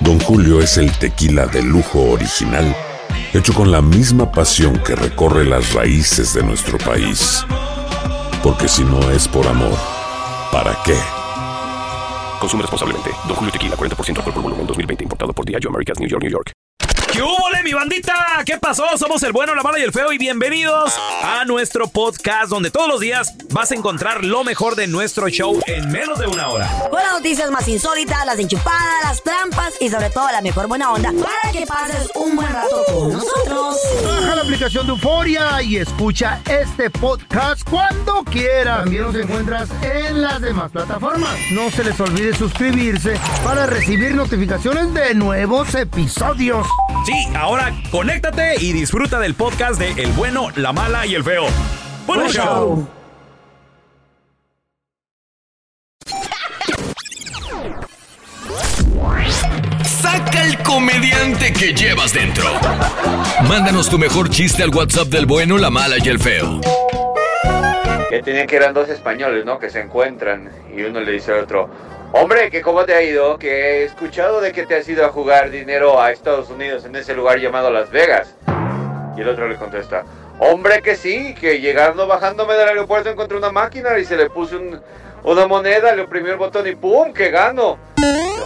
Don Julio es el tequila de lujo original, hecho con la misma pasión que recorre las raíces de nuestro país. Porque si no es por amor, ¿para qué? Consume responsablemente. Don Julio Tequila, 40% alcohol por volumen, 2020. Importado por Diageo Americas, New York, New York. ¿Qué hubo, mi bandita? ¿Qué pasó? Somos el bueno, la mala y el feo y bienvenidos a nuestro podcast donde todos los días vas a encontrar lo mejor de nuestro show en menos de una hora. Con las noticias más insólitas, las enchupadas, las trampas y sobre todo la mejor buena onda para que pases un buen rato con nosotros. Baja la aplicación de Euforia y escucha este podcast cuando quieras. También nos encuentras en las demás plataformas. No se les olvide suscribirse para recibir notificaciones de nuevos episodios. Sí, ahora conéctate y disfruta del podcast de El bueno, la mala y el feo. Bueno, Buen show. show. Saca el comediante que llevas dentro. Mándanos tu mejor chiste al WhatsApp del bueno, la mala y el feo. que tenían que eran dos españoles, ¿no? Que se encuentran y uno le dice al otro, hombre, que cómo te ha ido, que he escuchado de que te has ido a jugar dinero a Estados Unidos en ese lugar llamado Las Vegas. Y el otro le contesta, hombre, que sí, que llegando, bajándome del aeropuerto encontré una máquina y se le puse un- una moneda, le oprimí el botón y ¡pum! que gano!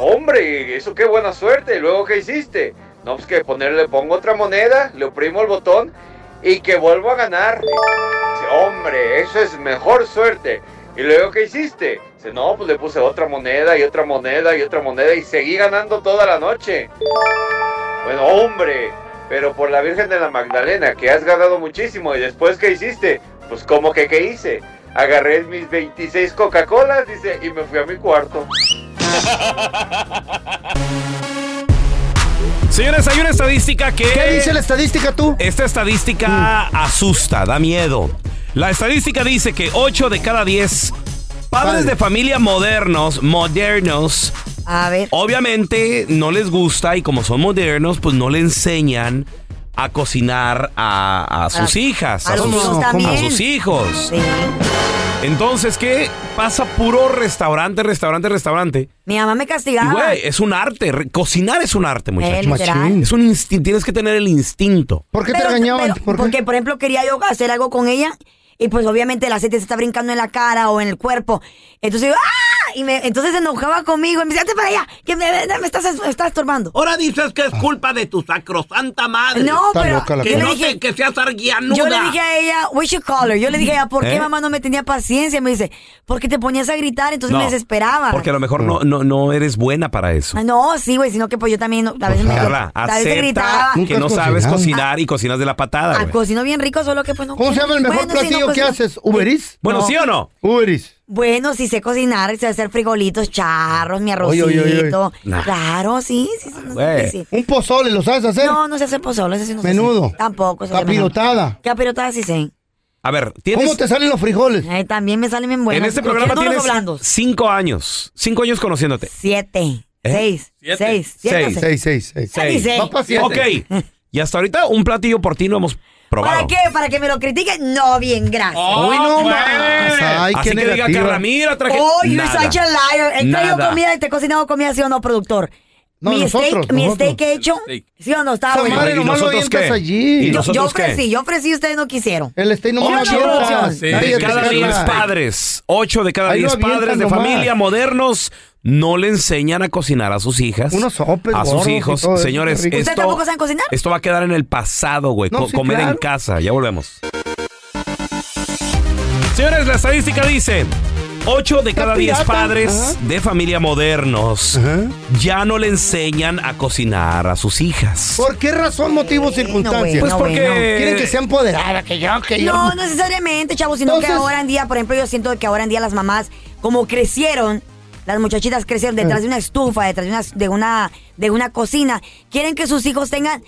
Hombre, eso qué buena suerte. ¿Y luego qué hiciste? No, pues que ponerle, pongo otra moneda, le oprimo el botón y que vuelvo a ganar. Dice, hombre, eso es mejor suerte. ¿Y luego qué hiciste? Dice, no, pues le puse otra moneda y otra moneda y otra moneda y seguí ganando toda la noche. Bueno, hombre, pero por la Virgen de la Magdalena, que has ganado muchísimo. ¿Y después qué hiciste? Pues como que qué hice. Agarré mis 26 Coca-Colas, dice, y me fui a mi cuarto. Señores, hay una estadística que... ¿Qué dice la estadística tú? Mm. Esta estadística asusta, da miedo. La estadística dice que 8 de cada 10 padres Padre. de familia modernos, modernos, A ver, obviamente no les gusta y como son modernos, pues no le enseñan a cocinar a, a sus A- hijas, a, a los sus, hijos a también. sus hijos. sí. Entonces, ¿qué? Pasa puro restaurante, restaurante, restaurante. mi mamá me Y, castigaba. güey, es un arte. Re- Cocinar es un arte, Eh, muchachos. literal. Es un instinto. Tienes que tener el instinto. ¿Por qué te Pero- regañaban? pero- ¿Por qué? Porque, por ejemplo, quería yo hacer algo con ella y pues obviamente el aceite se está brincando en la cara o en el cuerpo. Entonces yo, ¡ah! Y me, entonces se enojaba conmigo y me decía, ¡Hazte para allá! Que me, me estás, me estás estorbando. Ahora dices que es culpa de tu sacrosanta madre. No, Está pero loca la yo que le no dije, te, que seas arguianuda. Yo le dije a ella, we should call her. Yo le dije a ella, ¿por qué ¿Eh? mamá no me tenía paciencia? Me dice, porque te ponías a gritar, entonces No, me desesperaba. Porque a lo mejor no, no, no eres buena para eso. Ah, No, sí, güey, sino que pues yo también, no- a veces me Carla, a veces acepta gritaba. que Nunca no has sabes cocinado. cocinar y cocinas de la patada. Ah, güey. cocino bien rico, solo que pues no. ¿Cómo se llama el mejor Bueno, sí, no platillo que cocino. haces? ¿Uberis? Bueno, No. ¿sí o no? Uberis. Bueno, sí sé cocinar, sé hacer frijolitos, charros, mi Oye, arrocito. oye, oye. Nah. Eh. Claro, sí, sí, sí, no, sé Güey. sí. ¿Un pozole lo sabes hacer? no, no sé hacer pozole, ese sí no sé Menudo. hacer. Tampoco. eso es lo mejor. Capirotada. Capirotada sí sé. A ver, ¿Cómo tienes. te salen los frijoles? Ay, también me salen bien buenos. En este Los programa quiero duros tienes o blandos. cinco años. Cinco años conociéndote. Siete, ¿Eh? seis, Siete. seis, siete o Seis. seis. Seis, seis, seis. Ya ni sé. Va pa' siete. Ok. Y hasta ahorita un platillo por ti no hemos ¿Para probado. qué? ¿Para que me lo critiquen? No, bien, gracias. Oh, Uy, no güey. más. Ay, Así qué que diga negativa. Carla, mira, traje. Oh, you Nada. such a liar. He traído Nada. comida y te he cocinado comida, ¿sí o no, productor? No, mi nosotros, steak, mi nosotros. steak que he hecho, steak. ¿sí o no? Estaba Esa bueno. madre ¿Y nomás lo nosotros avientas qué? allí. ¿Y Yo, yo nosotros qué? ofrecí, yo ofrecí y ustedes no quisieron. El steak nomás lo Ocho avientas. producciones. De Cállate, cada Carla. diez padres, ocho de cada Ahí lo diez avientan padres de nomás. familia modernos no le enseñan a cocinar a sus hijas. Unos sopes, A sus gordos y hijos. todo eso, Señores, qué rico. ¿Ustedes esto, tampoco saben cocinar? esto va a quedar en el pasado, güey. No, Co- sí, comer en claro. casa. Ya volvemos. Señores, la estadística dice: 8 de cada 10 pirata. padres de familia modernos ya no le enseñan a cocinar a sus hijas. ¿Por qué razón, motivo, bueno, circunstancia? Pues porque- bueno. Quieren que sea empoderada, que yo, que yo. No necesariamente, chavos, sino que Entonces- ahora en día, por ejemplo, yo siento que ahora en día las mamás, como crecieron, las muchachitas crecieron detrás de una estufa, detrás de una, de una, de una cocina, quieren que sus hijos tengan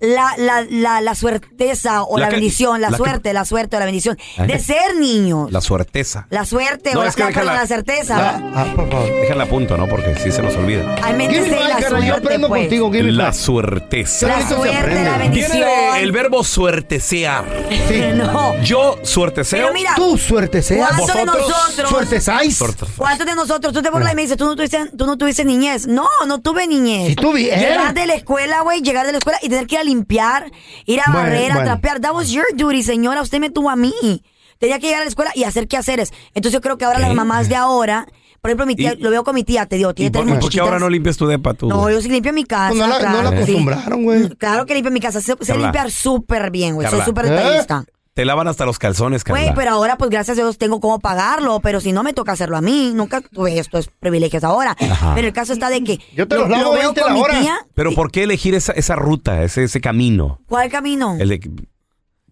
la, la, la, la suerteza o La la, que- bendición, la, la que- suerte, la suerte o la bendición ¿Eh? de ser niños. La, La suerteza. suerte No, o la, es que no, perdón, déjala- la certeza. ¿verdad? Ah, por favor. Déjala a punto, ¿no? Porque si se nos olvida. Ay, me Give me dice five, la carnal, yo suerte, aprendo pues. contigo, give me La five. suerteza. La Solito se suerte, aprende. la bendición. Viene de- el verbo suertecear. Sí. no. Yo suerteceo. Pero mira, Tú, suerte seas. ¿Cuántos de vosotros, nosotros? Suerte seas. Suerte- ¿Cuántos de nosotros? Tú te burlas y me dices, tú no tuviste, tú no tuviste niñez. No, no tuve niñez. Sí tuvieron. Llegar de la escuela, güey, llegar de la escuela y tener que ir a limpiar, ir a Bueno, barrer, a bueno. trapear. That was your duty, señora. Usted me tuvo a mí. Tenía que llegar a la escuela y hacer quehaceres. Entonces yo creo que ahora las mamás de ahora, por ejemplo, mi tía, Y- lo veo con mi tía, te digo, ¿Y tiene tres por, y por qué muchachitas. ahora no limpias tu depa tú? No, yo sí limpio mi casa. Pues no la, no la claro, sí. acostumbraron, güey. Claro que limpio mi casa. Sé, sé Carla. limpiar súper bien, güey. Soy Carla. súper ¿Eh? detallista. Te lavan hasta los calzones, Carla. Güey, pero ahora, pues gracias a Dios, tengo cómo pagarlo, pero si no me toca hacerlo a mí, nunca tuve estos privilegios ahora. Pero el caso está de que Yo te los lavo 20 la hora. Pero ¿por qué elegir esa, esa ruta, ese, ese camino? ¿Cuál camino? El de...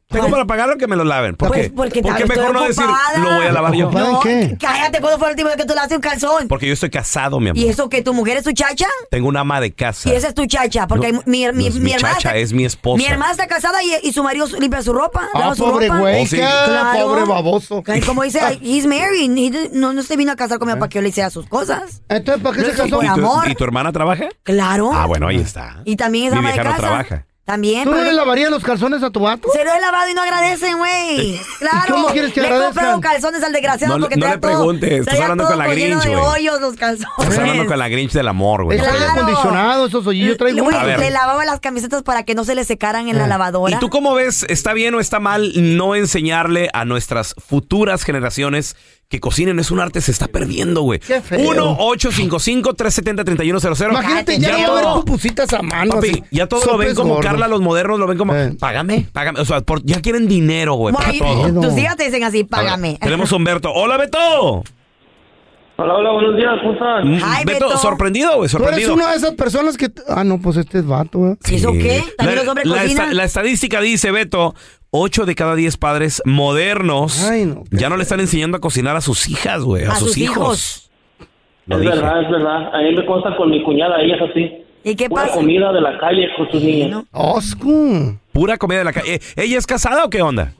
Tengo ¿Cuál? para pagarlo que me lo laven. ¿Por Pues qué? porque, ¿Por qué tal vez mejor estoy no decir, ocupada. lo voy a lavar yo? ¿Ocupada en No, qué? cállate, ¿cuándo fue el último vez que tú lavaste un calzón? Porque yo estoy casado, mi amor. ¿Y eso que tu mujer es tu chacha? Tengo una ama de casa. Y esa es tu chacha, porque No, mi, mi, no es mi hermana. chacha, es mi esposa. Mi hermana está casada y, y su marido su- limpia su ropa, Ah, lava su pobre ropa. güey, Oh, sí. qué Claro. pobre baboso. Ah, Ay, Como dice, ay, he's married. he did- no, no se vino a casar conmigo para que yo le hiciera sus cosas. Entonces, ¿para qué No se es casó? por ¿Y tu- amor. ¿Y tu hermana trabaja? Claro. Ah, bueno, ahí está. Y también es Mi ama de vieja casa. no trabaja. También. ¿Tú no pero- le lavarías los calzones a tu vato? Se lo he lavado y no agradecen, güey. Claro. cómo quieres que le agradezcan? compraron calzones al desgraciado No le- porque no traía le todo- preguntes, estás traía hablando todo con la lleno de Grinch, güey. hoyos los calzones. Estás hablando con la Grinch del amor, güey. Es no aire Claro. fregues. acondicionado, esos hoyillos traigo. Güey, A ver. le lavaba las camisetas para que no se le secaran Eh. en la lavadora. ¿Y tú cómo ves? ¿Está bien o está mal no enseñarle a nuestras futuras generaciones que cocinen es un arte? Se está perdiendo, güey. Qué feo. 1-855-370-3100. Imagánate, ya, no ver pupusitas a mano. Papi, así. ya todos lo ven Sopes como gordos. Carla, los modernos lo ven como, Eh. págame, págame. O sea, por- ya quieren dinero, güey, para Güey, todo. pues, Tus hijas te dicen así, págame. Tenemos a Humberto. ¡Hola, Beto! Mm, Hola, hola, buenos días, ¿cómo están? Hi, Beto, Beto. sorprendido, güey, Tú eres sorprendido. una de esas personas que... Ah, no, pues este es vato, güey. ¿Y eso qué? La, También los hombres la cocinan. esta- la estadística dice, Beto, 8 de cada 10 padres modernos Ay, no, qué ya no le están enseñando a cocinar a sus hijas, güey, a, A sus sus hijos. Lo es dije. verdad, es verdad. A mí me consta con mi cuñada, ella es así. ¿Y qué Pura pasa? comida de la calle con sus niños. Oscu. Pura comida de la calle. Eh, ¿Ella es casada o qué onda?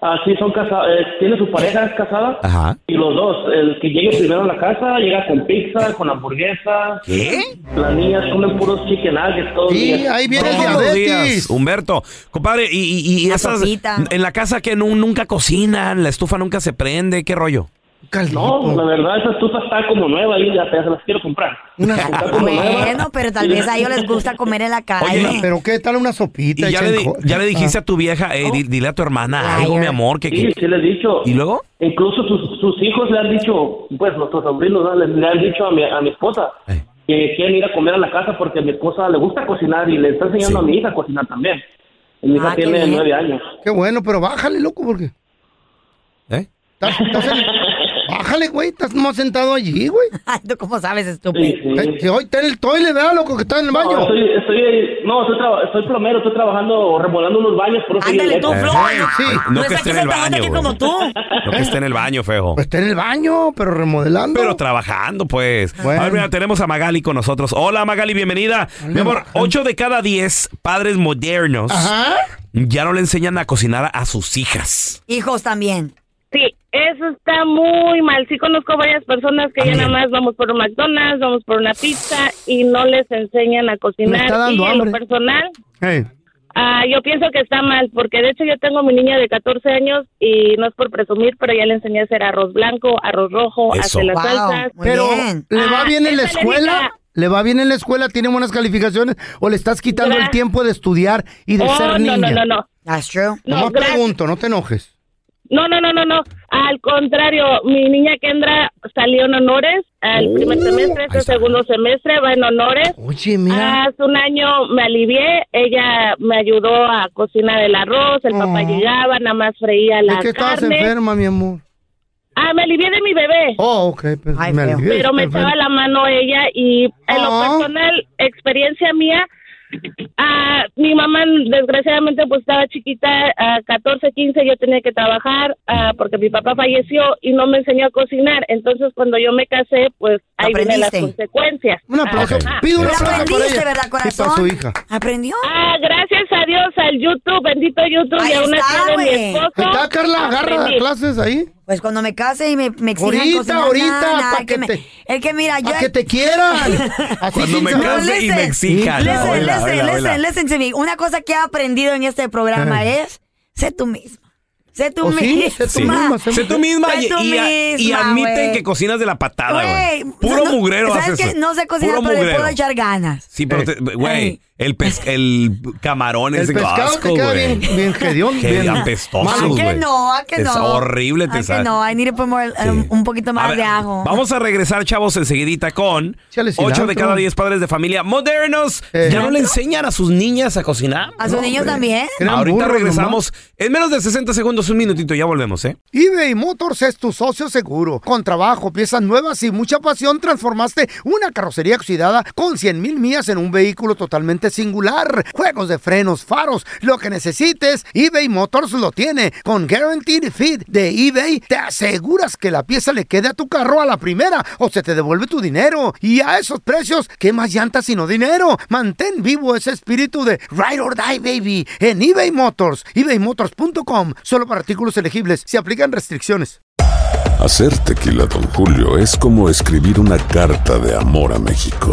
Así son casados, tiene su pareja, es casada. Ajá. Y los dos, el que llega primero a la casa, llega con pizza, con hamburguesa. ¿Qué? Las niñas comen puros chicken nuggets todos los Y días. ahí viene el Todos los diabetes. días, Humberto. Compadre, y, y- y Una esas. sopita. En la casa que nu- nunca cocinan, la estufa nunca se prende, ¿qué rollo? Caldito. No, pues, la verdad, esa estufa está como nueva y ya te las quiero comprar. Una Está sopita. como nueva. Bueno, pero tal vez a ellos les gusta comer en la calle. Oye, Pero qué tal una sopita. Y ya hecha le, en Ah. di- co- ya le dijiste a tu vieja, eh, di- dile a tu hermana algo, Liar. mi amor, que. Sí, que- sí les he dicho. ¿Y luego? Incluso sus, sus hijos le han dicho, pues nuestros sobrinos ¿no? le, le han dicho a mi, a mi esposa Eh. que quieren ir a comer a la casa porque a mi esposa le gusta cocinar y le está enseñando a Sí. mi hija a cocinar también. Y Mi hija Ah, qué tiene bien. nueve años. Ah, Qué bueno, pero bájale, loco, porque... ¿Eh? estás- estás en- Bájale, güey. Estás más sentado allí, güey. Ay, ¿Tú cómo sabes, Sí, estúpido? sí. Eh, Si hoy está en el toile, vea, loco, que está en el No, baño. estoy, estoy, no, estoy, traba- estoy plomero, estoy trabajando, remolando unos baños. Por eso Ándale tú, llegué. Flor. sí. Eh, No Pues aquí que esté en el se está baño. aquí güey. como tú. No que esté en el baño, feo. Pues está en el baño, pero remodelando. Pero trabajando, pues. Bueno. A ver, mira, tenemos a Magali con nosotros. Hola, Magali, bienvenida. Mi amor, 8 de cada 10 padres modernos Ajá. ya no le enseñan a cocinar a sus hijas. Hijos también. Sí, eso está muy mal. Sí conozco varias personas que ya nada más vamos por un McDonald's, vamos por una pizza y no les enseñan a Me cocinar. está dando y en hambre. lo personal, Hey. ah, yo pienso que está mal, porque de hecho yo tengo a mi niña de 14 años y no es por presumir, pero ya le enseñé a hacer arroz blanco, arroz rojo, Eso. hacer las Wow, salsas. muy Pero, bien. ¿le va Ah, bien en la esa escuela? nenita. ¿Le va bien en la escuela? ¿Tiene buenas calificaciones? ¿O le estás quitando el Gra- tiempo de estudiar y de Oh, ser no, niña? no, no, no. That's true. No, Nomás gracias. pregunto, no te enojes. No, no, no, no, no. Al contrario, mi niña Kendra salió en honores al Oh, primer semestre, ahí este segundo semestre va en honores. Oye, mira. Hace un año me alivié, ella me ayudó a cocinar el arroz, el papá llegaba, nada más freía la Oh. ¿De qué estabas carne. enferma, mi amor? Ah, me alivié de mi bebé. Oh, ok. pues, me alivié, Pero me está echaba enferma. la mano ella y en Ah. lo personal, experiencia mía, ah, mi mamá desgraciadamente pues estaba chiquita, a 14, 15 yo tenía que trabajar ah, porque mi papá falleció y no me enseñó a cocinar. Entonces cuando yo me casé pues ahí vienen las aprendiste. consecueas. Un aplauso. Ajá. Pido un Pero aplauso para aprendiste, ella. ¿verdad, Y para su hija. ¿Aprendió? Ah, gracias a Dios, al YouTube, bendito YouTube Ahí y a una está, tía de mi güey. esposo. Ahí está, Carla, agarra aprendí. clases ahí? Pues cuando me case y me, me exijan Ahorita, cocinar, ahorita, nada, nada, pa' el que me- te- el que mira, yo... pa' que te quieran. Así Cuando sin me saber. case y me exijan. Listen, Hola, listen, hola, listen, hola. listen to me. Una cosa que he aprendido en este programa Eh. es, sé tú misma. Sé tú Oh, ¿O misma. sí? Sé tú misma, sé- Sé tú misma Sé y, tú y a- y misma, admiten güey. que cocinas de la patada, Güey, güey. Puro no- mugrero ¿Sabes haces qué? eso. No sé cocinar, Puro pero le puedo mugrero. echar ganas. Sí, pero, te- güey, el, pes- el camarón El es de pescado asco, te queda güey. bien- bien hediondo, Qué bien apestoso, ¿A güey. que no? ¿A que no? Es horrible, te ¿A que sabe. no? I need to put more, um, un poquito más ver, de ajo. Vamos a regresar, chavos, enseguidita con cilantro. 8 de cada 10 padres de familia modernos. ¿Ya no le enseñan a sus niñas a cocinar? ¿A sus niños también? Ahorita regresamos. En menos de 60 segundos, un minutito, ya volvemos, ¿eh? eBay Motors es tu socio seguro. Con trabajo, piezas nuevas y mucha pasión, transformaste una carrocería oxidada con 100 mil millas en un vehículo totalmente singular. Juegos de frenos, faros, lo que necesites, eBay Motors lo tiene. Con Guaranteed Fit de eBay, te aseguras que la pieza le quede a tu carro a la primera o se te devuelve tu dinero. Y a esos precios, ¿qué más llantas sino dinero? Mantén vivo ese espíritu de Ride or Die, baby, en eBay Motors. ebaymotors.com. Solo para artículos elegibles. Se aplican restricciones. Hacer tequila, Don Julio, es como escribir una carta de amor a México.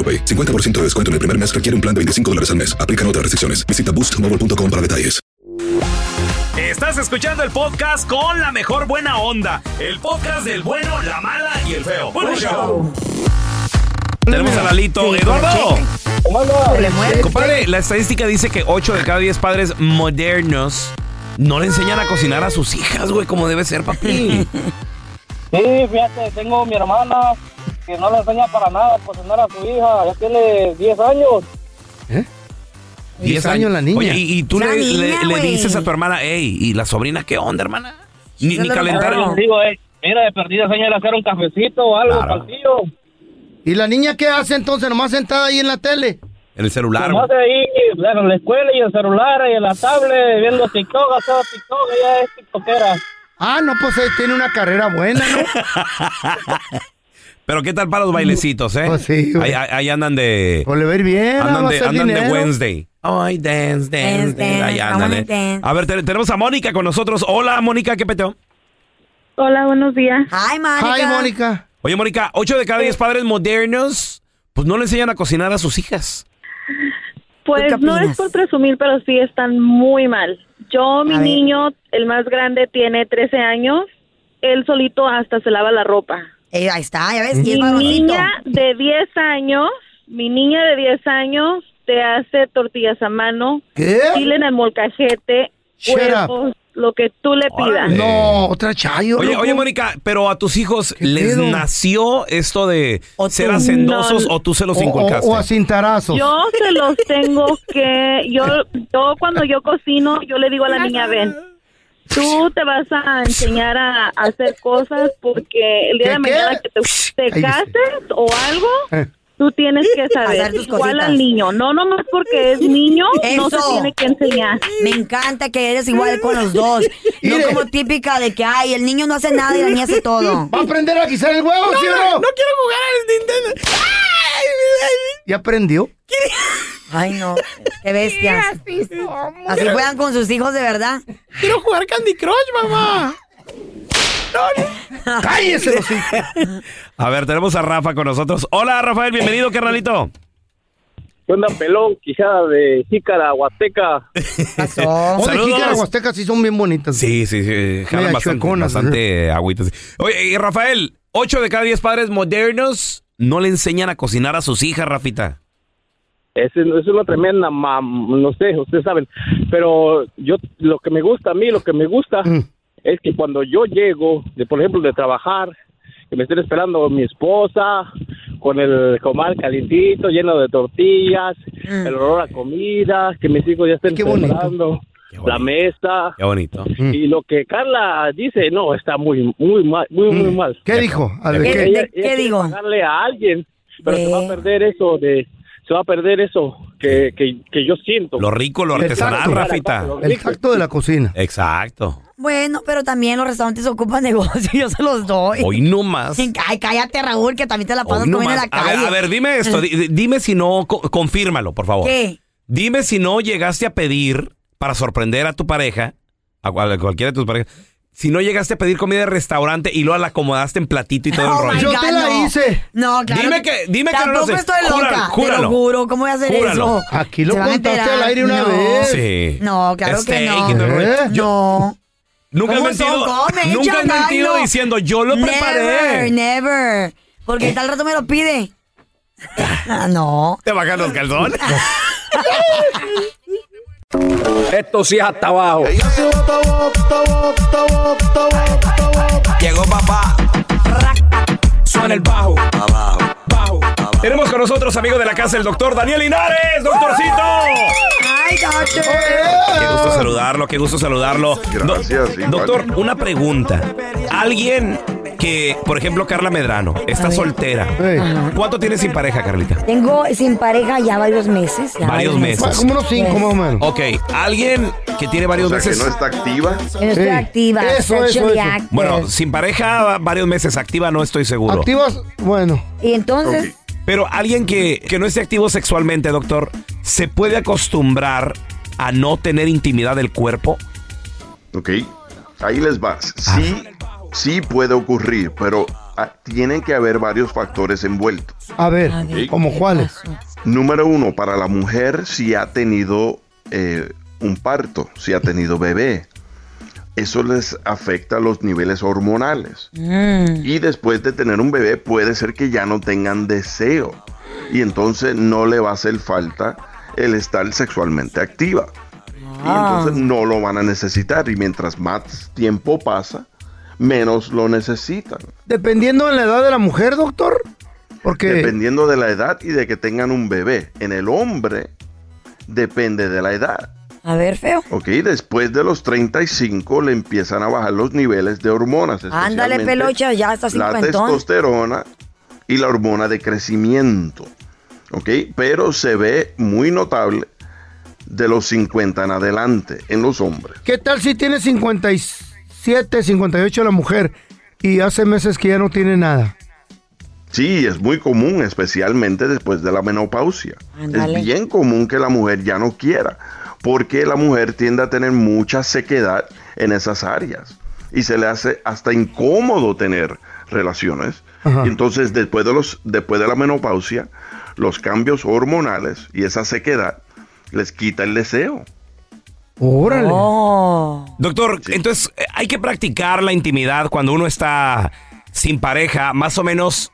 50% de descuento en el primer mes requiere un plan de 25 dólares al mes. Aplican otras restricciones. Visita boostmobile.com para detalles. Estás escuchando el podcast con la mejor buena onda. El podcast del bueno, la mala y el feo. Buen show. Tenemos a Lalito. Eduardo. Compadre, la estadística dice que 8 de cada 10 padres modernos no le enseñan a cocinar a sus hijas, güey, como debe ser, papi. Sí, fíjate, tengo mi hermana que no le enseña para nada a cocinar a su hija, ya tiene 10 años. 10 años la niña. Oye, y, y tú La le, le- niña, le güey. dices a tu hermana, hey, ¿y la sobrina qué onda, hermana? Ni, ni calentar. Yo les digo, eh, mira, de perdida señora, hacer un cafecito o algo, pa'l tío. ¿Y la niña qué hace entonces? Nomás sentada ahí en la tele. En el celular, Nomás de ahí, bueno, en la escuela y el celular y en la tablet, viendo TikTok, haciendo TikTok, ella es tiktokera. Ah, no, pues eh, tiene una carrera buena, ¿no? Pero qué tal para los bailecitos, Oh, ¿eh? ahí, ahí- ahí andan de. Pues le va a ir bien. Andan va a de, hacer andan de dinero. Wednesday. Ay, dance, dance, dance. Ahí andan, wanna ¿eh? A ver, te- tenemos a Mónica con nosotros. Hola, Mónica, ¿qué peteo? Hola, buenos días. Hi, Mónica. Hi, Mónica. Oye, Mónica, 8 de cada 10 padres modernos, pues no le enseñan a cocinar a sus hijas. Pues no es por presumir, pero sí están muy mal. Yo, mi niño, el más grande, tiene 13 años. Él solito hasta se lava la ropa. ahí está, ya ves, y Mi es varoncito. niña de 10 años, mi niña de 10 años, te hace tortillas a mano. ¿Qué? Chile en el molcajete, Shut up. huevos, lo que tú le pidas. No, otra chayo. Eh. Oye, loco. oye, Mónica, pero a tus hijos les pedo? nació esto de ser tú- hacendosos No. o tú se los O- o- inculcaste. O, a cintarazos. Yo se los tengo que, yo, yo cuando yo cocino, yo le digo a la niña, ven, tú te vas a enseñar a, a hacer cosas porque el día de ¿Qué, mañana qué? que te, Cállese. te cases o algo, Eh. Tú tienes que saber tus igual cositas. al niño. No nomás porque es niño, no se Eso. tiene que enseñar. Me encanta que eres igual con los dos. No como típica de que, ay, el niño no hace nada y la niña hace todo. ¿Va a aprender a guisar el huevo, No, sí o no, no? no quiero jugar al Nintendo. ¿Ya aprendió? Ay, no. Qué bestias. Así juegan con sus hijos de verdad. Quiero jugar Candy Crush, mamá. ¡Cállese, los hijos! A ver, tenemos a Rafa con nosotros. Hola, Rafael, bienvenido, carnalito. ¿Qué onda, pelón? Quijada de Jícara, Huasteca. Oh, de Saludos. jícara huastecas sí son bien bonitas. Sí, sí, sí. Jalan Media ¿eh? bastante, chueconas, bastante eh, agüitas. Oye, y Rafael, 8 de cada 10 padres modernos no le enseñan a cocinar a sus hijas, Rafita. Es, es una tremenda mam, no sé, ustedes saben. Pero yo, lo que me gusta a mí, lo que me gusta es que cuando yo llego, de, por ejemplo, de trabajar, que me estén esperando mi esposa, con el comal calientito, lleno de tortillas, Mm. el olor a comida, que mis hijos ya estén preparando la mesa. Qué bonito. Mm. Y lo que Carla dice, no, está muy, muy mal, muy, muy mal. Mm. ¿Qué dijo? A ver, Ella- ¿qué? ella- ¿De- ella qué quiere dijo? pagarle a alguien, pero se va a perder eso de, se va a perder eso que, que, que yo siento. Lo rico, lo El artesanal, tacto. Rafita. El tacto de la cocina. Exacto. Bueno, pero también los restaurantes ocupan negocios, yo se los doy. Hoy no más. Ay, cállate, Raúl, que también te la pasas Hoy no comiendo en más. la A calle. ver, a ver, dime esto. di- di- Dime si no, co- confírmalo, por favor. ¿Qué? Dime si no llegaste a pedir, para sorprender a tu pareja, a cual- a cualquiera de tus parejas, si no llegaste a pedir comida de restaurante y lo la acomodaste en platito y todo Oh, el rollo. Yo te la hice. No, claro. Dime que- dime que no lo Tampoco sé. estoy Júralo, loca. Te júralo. lo juro, ¿cómo voy a hacer Júralo. eso? Aquí lo Se van a contaste enterar. al aire una No. vez. Sí. No, claro que Steak no. y todo el ¿Eh? rollo. Yo- No. Nunca has ¿Cómo son? mentido, Come, nunca has échalo, mentido dalo. diciendo yo lo Never, preparé. never. Porque tal rato me lo pide. Ah, no. ¿Te bajan los calzones? Esto sí es hasta abajo. Llegó papá. Suena el bajo. Abajo. Bajo. Tenemos con nosotros, amigo de la casa, el doctor Daniel Linares. ¡Doctorcito! ¡Ay, doctor! Qué gusto saludarlo, qué gusto saludarlo. Gracias. doctor, una pregunta. Alguien que, por ejemplo, Carla Medrano, está soltera. ¿Cuánto tiene sin pareja, Carlita? Tengo sin pareja ya varios meses. Pues, ya Varios meses. Como unos cinco, más o menos. Ok, alguien que tiene varios meses. activa. Que no estoy activa. Eso, eso, sexually eso. active. Bueno, sin pareja, varios meses. Activa, no estoy seguro. Activas, bueno. Y entonces, Pero alguien que, que no esté activo sexualmente, doctor, ¿se puede acostumbrar a no tener intimidad del cuerpo? Ok, ahí les vas. Sí, sí puede ocurrir, pero ah, tienen que haber varios factores envueltos. A ver, ¿como cuáles? Número uno, para la mujer, si ha tenido eh, un parto, si ha tenido bebé, eso les afecta los niveles hormonales. Y después de tener un bebé puede ser que ya no tengan deseo. Y entonces no le va a hacer falta el estar sexualmente activa. Y entonces no lo van a necesitar. Y mientras más tiempo pasa, menos lo necesitan. Dependiendo de la edad de la mujer, doctor. Porque... Dependiendo de la edad y de que tengan un bebé. En el hombre depende de la edad. a ver, feo. Ok, después de los 35 le empiezan a bajar los niveles de hormonas. Ándale, especialmente pelocha, ya está La cincuentón. testosterona y la hormona de crecimiento. Ok, pero se ve muy notable de los 50 en adelante en los hombres. ¿Qué tal si tiene 57, 58 la mujer y hace meses que ya no tiene nada? Sí, es muy común, especialmente después de la menopausia. Ándale. Es bien común que la mujer ya no quiera, porque la mujer tiende a tener mucha sequedad en esas áreas y se le hace hasta incómodo tener relaciones. Y entonces, después de, los, después de la menopausia, los cambios hormonales y esa sequedad les quita el deseo. Órale. Doctor, entonces eh, hay que practicar la intimidad cuando uno está sin pareja, más o menos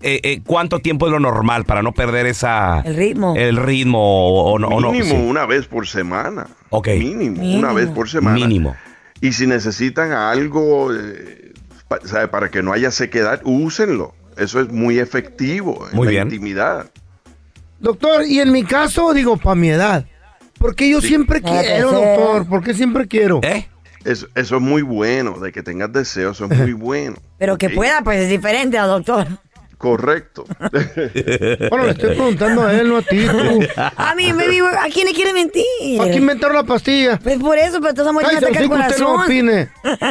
eh, eh, cuánto tiempo es lo normal para no perder esa el ritmo, el ritmo o, o no, o no, Mínimo sí. una vez por semana. Ok. Mínimo, Mínimo. una vez por semana. Mínimo. Y si necesitan algo eh, pa- sabe, para que no haya sequedad, úsenlo. Eso es muy efectivo en Muy la bien. intimidad. Doctor, y en mi caso, digo, para mi edad. Porque yo siempre Ah, quiero, tercera. doctor. Porque siempre quiero. ¿Eh? Eso, eso es muy bueno, de que tengas deseos, eso es muy bueno. Pero que Ok. pueda, pues es diferente, ¿no, doctor. Correcto. Bueno, le estoy preguntando a él, no a ti. tú. A mí me digo, ¿a quién le quiere mentir? ¿Para qué inventaron la pastilla? Pues por eso, pero entonces amor, ya Cállese, ataca el hocico, usted no corazón.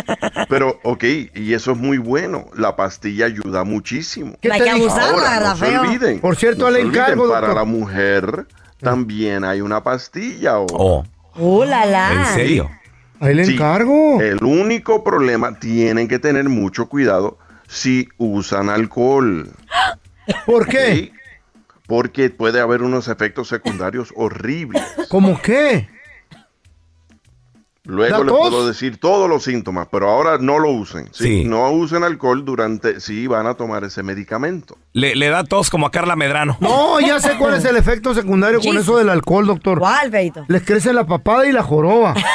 opine. Pero, ok, y eso es muy bueno. La pastilla ayuda muchísimo. ¿Qué La te que dije? abusaba, Ahora, la no se feo. olviden, Por cierto, no al se olviden, encargo, Para doctor. Mm. la mujer también hay una pastilla. ahora. ¡Uh, la, la! Ahí le encargo. El único problema, tienen que tener mucho cuidado si usan alcohol. ¿Por qué? Porque puede haber unos efectos secundarios horribles. ¿Cómo qué? Luego ¿La les tos? puedo decir todos los síntomas, pero ahora no lo usen. ¿sí? No usen alcohol durante si van a tomar ese medicamento. Le, le da tos como a Carla Medrano. No, ya sé cuál es el efecto secundario con Jesus. eso del alcohol, doctor. ¿Cuál, Feito? Les crece la papada y la joroba. Eh,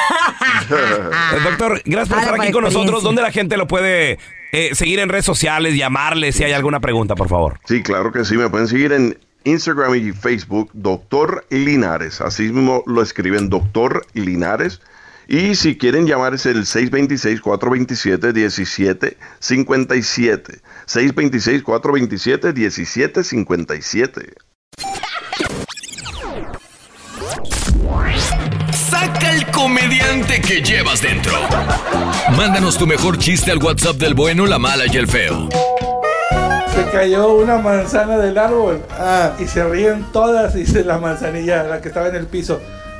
Doctor, gracias por Habla estar aquí por con nosotros. experiencia. ¿Dónde la gente lo puede eh, seguir en redes sociales, llamarle si hay alguna pregunta, por favor? Sí, claro que sí. Me pueden seguir en Instagram y Facebook, Doctor Linares. Así mismo lo escriben, Doctor Linares. Y si quieren llamar es el 626-427-1757. 626-427-1757. Saca el comediante que llevas dentro. Mándanos tu mejor chiste al WhatsApp del bueno, la mala y el feo. Se cayó una manzana del árbol. Ah, y se ríen todas, dice la manzanilla, la que estaba en el piso.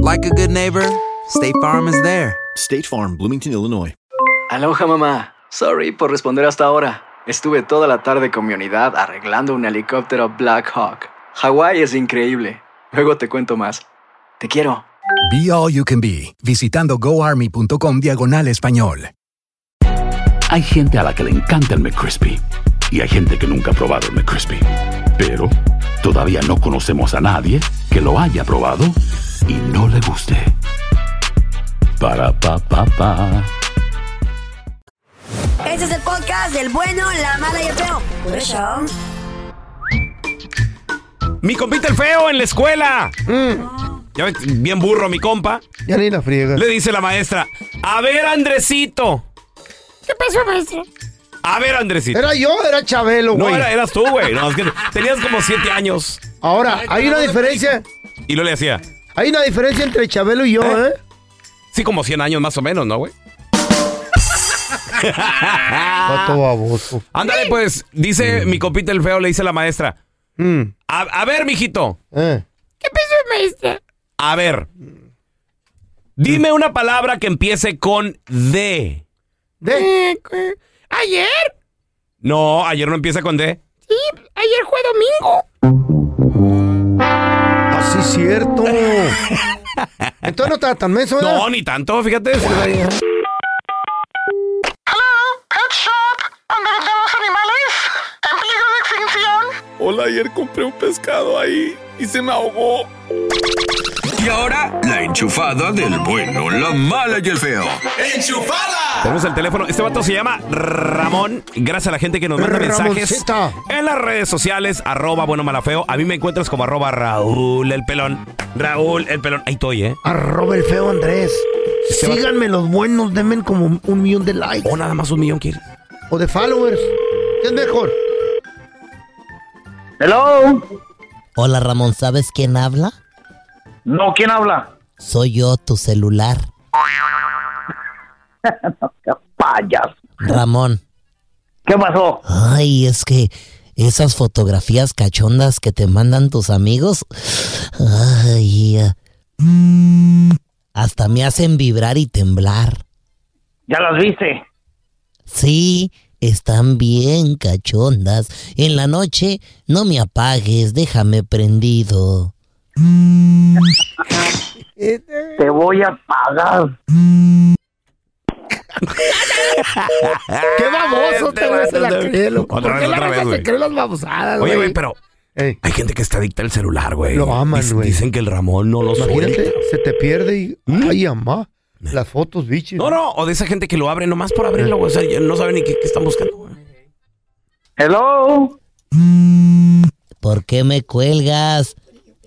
like a good neighbor, State Farm is there. State Farm, Bloomington, Illinois. Aloha mamá. Sorry por responder hasta ahora. Estuve toda la tarde con mi unidad arreglando un helicóptero Black Hawk. Hawái es increíble. Luego te cuento más. Te quiero. Be All You Can Be, visitando goarmy.com diagonal español. Hay gente a la que le encanta el McCrispy y hay gente que nunca ha probado el McCrispy. Pero todavía no conocemos a nadie que lo haya probado y no le guste. Para pa pa pa. Este es el podcast del bueno, la mala y el feo. Por eso. Mi compita el feo en la escuela. Ya ves, bien burro mi compa. Mm. Ya ni la friega. Le dice la maestra, a ver Andresito. ¿Qué pasó, maestro? A ver Andresito. Era yo, era Chabelo, No, güey. era- eras tú, güey. No, es que tenías como siete años. Ahora, hay una diferencia. Y lo le hacía. Hay una diferencia entre Chabelo y yo, ¿eh? Sí, como 100 años más o menos, ¿no, güey? Pato baboso. Ándale, pues, dice mi compita el feo, le dice la maestra. A, a ver, mijito. ¿Qué pasó, maestra? A ver. Dime una palabra que empiece con D. Eh, cu- ayer. No, ayer no empieza con D. Sí, ayer fue domingo. Así es cierto. Entonces no estaba tan menso, ¿verdad? No, ni tanto, fíjate. ¿Dónde venden los animales? En peligro de extinción. Hola, ayer compré un pescado ahí y se me ahogó. Y ahora, La enchufada del bueno, la mala y el feo. ¡Enchufada! Tenemos el teléfono. Este vato se llama Ramón. Gracias a la gente que nos manda mensajes Ramoncita. en las redes sociales. Arroba bueno malafeo. A mí me encuentras como arroba Raúl el pelón. Raúl el pelón. Ahí estoy, ¿eh? Arroba el feo Andrés. Este va- Síganme los buenos, denme como un millón de likes. O nada más un millón, quiere. O de followers. ¿Qué es mejor? Hello. Hola Ramón, ¿sabes quién habla? No, ¿quién habla? Soy yo, tu celular. Payas. Ramón. ¿Qué pasó? Ay, es que esas fotografías cachondas que te mandan tus amigos. Ay, ah, mm, hasta me hacen vibrar y temblar. ¿Ya las viste? Sí, están bien cachondas. En la noche, no me apagues, déjame prendido. Te voy a pagar. ¡Qué baboso Este te vas a la vato de- creer, loco! Otra ¿Por vez, qué la otra vez, raza güey. se cree las babosadas, Oye, güey, pero hay gente que está adicta al celular, güey. Lo aman, güey. Dicen que el Ramón no lo suelta. Mm. Imagínate, se te pierde y... ¡Ay, mamá! Las fotos, bichis. No, no, o de esa gente que lo abre nomás por abrirlo, güey. O sea, ya no saben ni qué, qué están buscando, güey. Hello. ¿Por qué me cuelgas?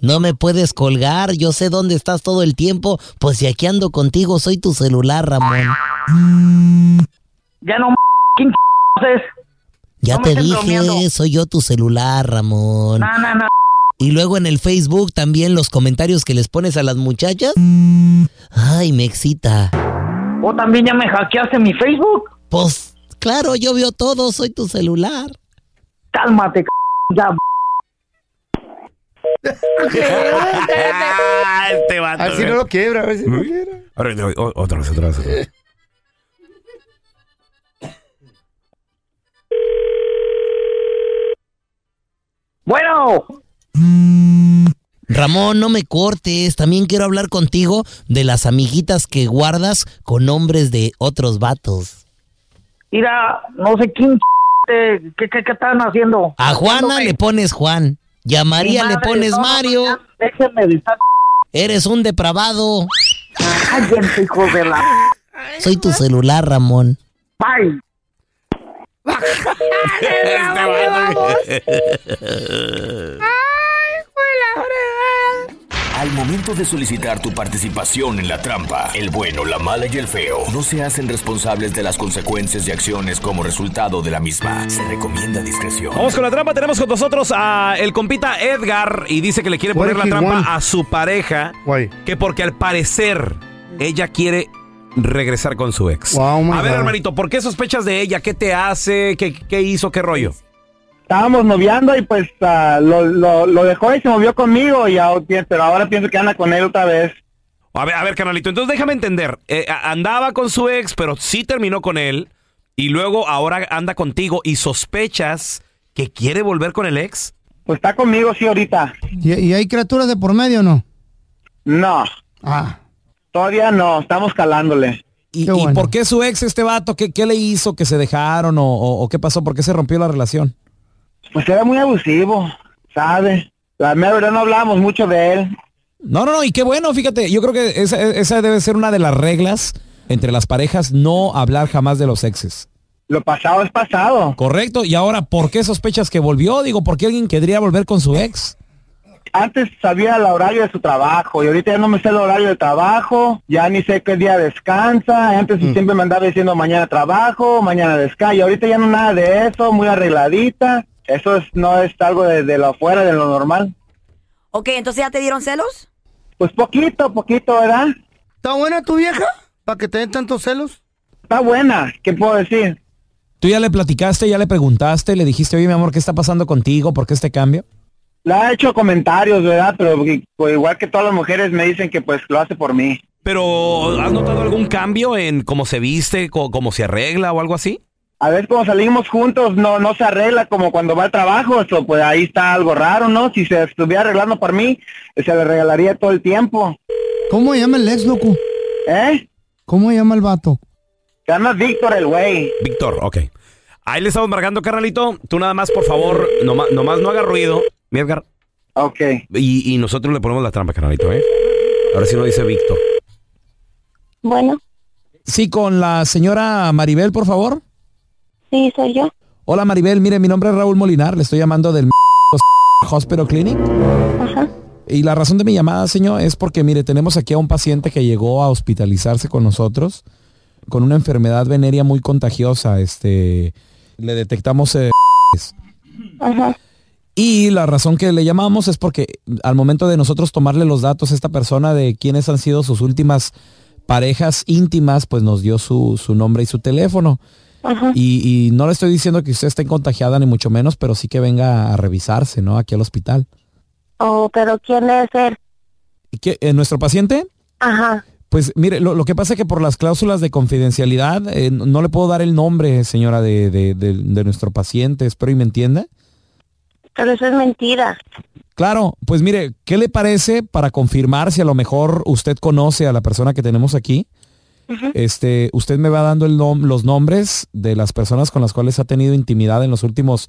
No me puedes colgar, yo sé dónde estás todo el tiempo, pues si aquí ando contigo soy tu celular, Ramón. Ya no m- ¿quién es? Ya No me te estés dije, bromeando. soy yo tu celular, Ramón. No, no, no. Y luego en el Facebook también los comentarios que les pones a las muchachas. Ay, me excita. ¿O también ya me hackeaste mi Facebook? Pues claro, yo veo todo, soy tu celular. Cálmate, c ya. Ah, este vato. A ver si no lo quiebra, a ver si no lo quiebra. A ver, o- o- otra vez, otra vez, otra vez. Bueno. Mm, Ramón, no me cortes, también quiero hablar contigo de las amiguitas que guardas con hombres de otros vatos. Mira, no sé quién c- te- ¿Qué, qué, qué están haciendo? A Juana le pones Juan y a María Mi le madre, pones no, Mario. Déjenme de estar. Eres un depravado. Cállense, hijo de la. Soy tu celular, Ramón. Bye. Este Al momento de solicitar tu participación en la trampa, el bueno, la mala y el feo no se hacen responsables de las consecuencias y acciones como resultado de la misma. Se recomienda discreción. Vamos con la trampa. Tenemos con nosotros a el compita Edgar y dice que le quiere What poner if la he trampa want? a su pareja. Que porque al parecer ella quiere regresar con su ex. Wow, my a ver, God. hermanito, ¿por qué sospechas de ella? ¿Qué te hace? ¿Qué, qué hizo? ¿Qué rollo? Estábamos noviando y pues ah, lo, lo- lo dejó y se movió conmigo, y ahora pi- pero ahora pienso que anda con él otra vez. A ver, a ver, carnalito, entonces déjame entender. Eh, a- andaba con su ex, pero sí terminó con él. Y luego ahora anda contigo y sospechas que quiere volver con el ex. Pues está conmigo, sí, ahorita. ¿Y, y hay criaturas de por medio o no? No, Ah. todavía no, estamos calándole. ¿Y, y por qué su ex, este vato, qué, qué le hizo que se dejaron o, o- o qué pasó? ¿Por qué se rompió la relación? Pues era muy abusivo, ¿sabe? La mera verdad no hablamos mucho de él. No, no, no, y qué bueno, fíjate, yo creo que esa, esa debe ser una de las reglas entre las parejas, no hablar jamás de los exes. Lo pasado es pasado. Correcto, y ahora, ¿por qué sospechas que volvió? Digo, ¿por qué alguien querría volver con su ex? Antes sabía el horario de su trabajo y ahorita ya no me sé el horario de trabajo, ya ni sé qué día descansa. Antes siempre me andaba diciendo mañana trabajo, mañana descanso, y ahorita ya no nada de eso, muy arregladita. Eso es, no es algo de, de lo afuera, de lo normal. Ok, entonces ya te dieron celos. Pues poquito, poquito, ¿verdad? ¿Está buena tu vieja? ¿Para que te den tantos celos? Está buena, ¿qué puedo decir? ¿Tú ya le platicaste, ya le preguntaste, le dijiste, oye, mi amor, ¿qué está pasando contigo? ¿Por qué este cambio? Le ha hecho comentarios, ¿verdad? Pero i- pues, igual que todas las mujeres me dicen que pues lo hace por mí. Pero ¿has notado algún cambio en cómo se viste, co- cómo se arregla o algo así? A veces cuando salimos juntos no no se arregla como cuando va al trabajo, eso pues ahí está algo raro, ¿no? Si se estuviera arreglando por mí, eh, se le regalaría todo el tiempo. ¿Cómo llama el ex, loco? ¿Eh? ¿Cómo llama el vato? Se llama Víctor el güey. Víctor, ok. Ahí le estamos marcando, carnalito. Tú nada más, por favor, noma- nomás no haga ruido. Mi Edgar. Ok. Y, y nosotros le ponemos la trampa, carnalito, ¿eh? Ahora sí no dice Víctor. Bueno. Sí, con la señora Maribel, por favor. Sí, soy yo. Hola Maribel, mire, mi nombre es Raúl Molinar, le estoy llamando del Hospital Clinic. Y la razón de mi llamada, señor, es porque, mire, tenemos aquí a un paciente que llegó a hospitalizarse con nosotros con una enfermedad venérea muy contagiosa. Este, le detectamos... eh, Y la razón que le llamamos es porque al momento de nosotros tomarle los datos a esta persona de quiénes han sido sus últimas parejas íntimas, pues nos dio su, su nombre y su teléfono. Y, y no le estoy diciendo que usted esté contagiada ni mucho menos, pero sí que venga a revisarse, ¿no? Aquí al hospital. Oh, pero ¿quién es él? ¿Y qué, eh, ¿Nuestro paciente? Ajá. Pues mire, lo, lo que pasa es que por las cláusulas de confidencialidad eh, no- no le puedo dar el nombre, señora, de, de- de- de nuestro paciente. Espero y me entienda. Pero eso es mentira. Claro, pues mire, ¿qué le parece para confirmar si a lo mejor usted conoce a la persona que tenemos aquí? Este, usted me va dando el nom- los nombres de las personas con las cuales ha tenido intimidad en los últimos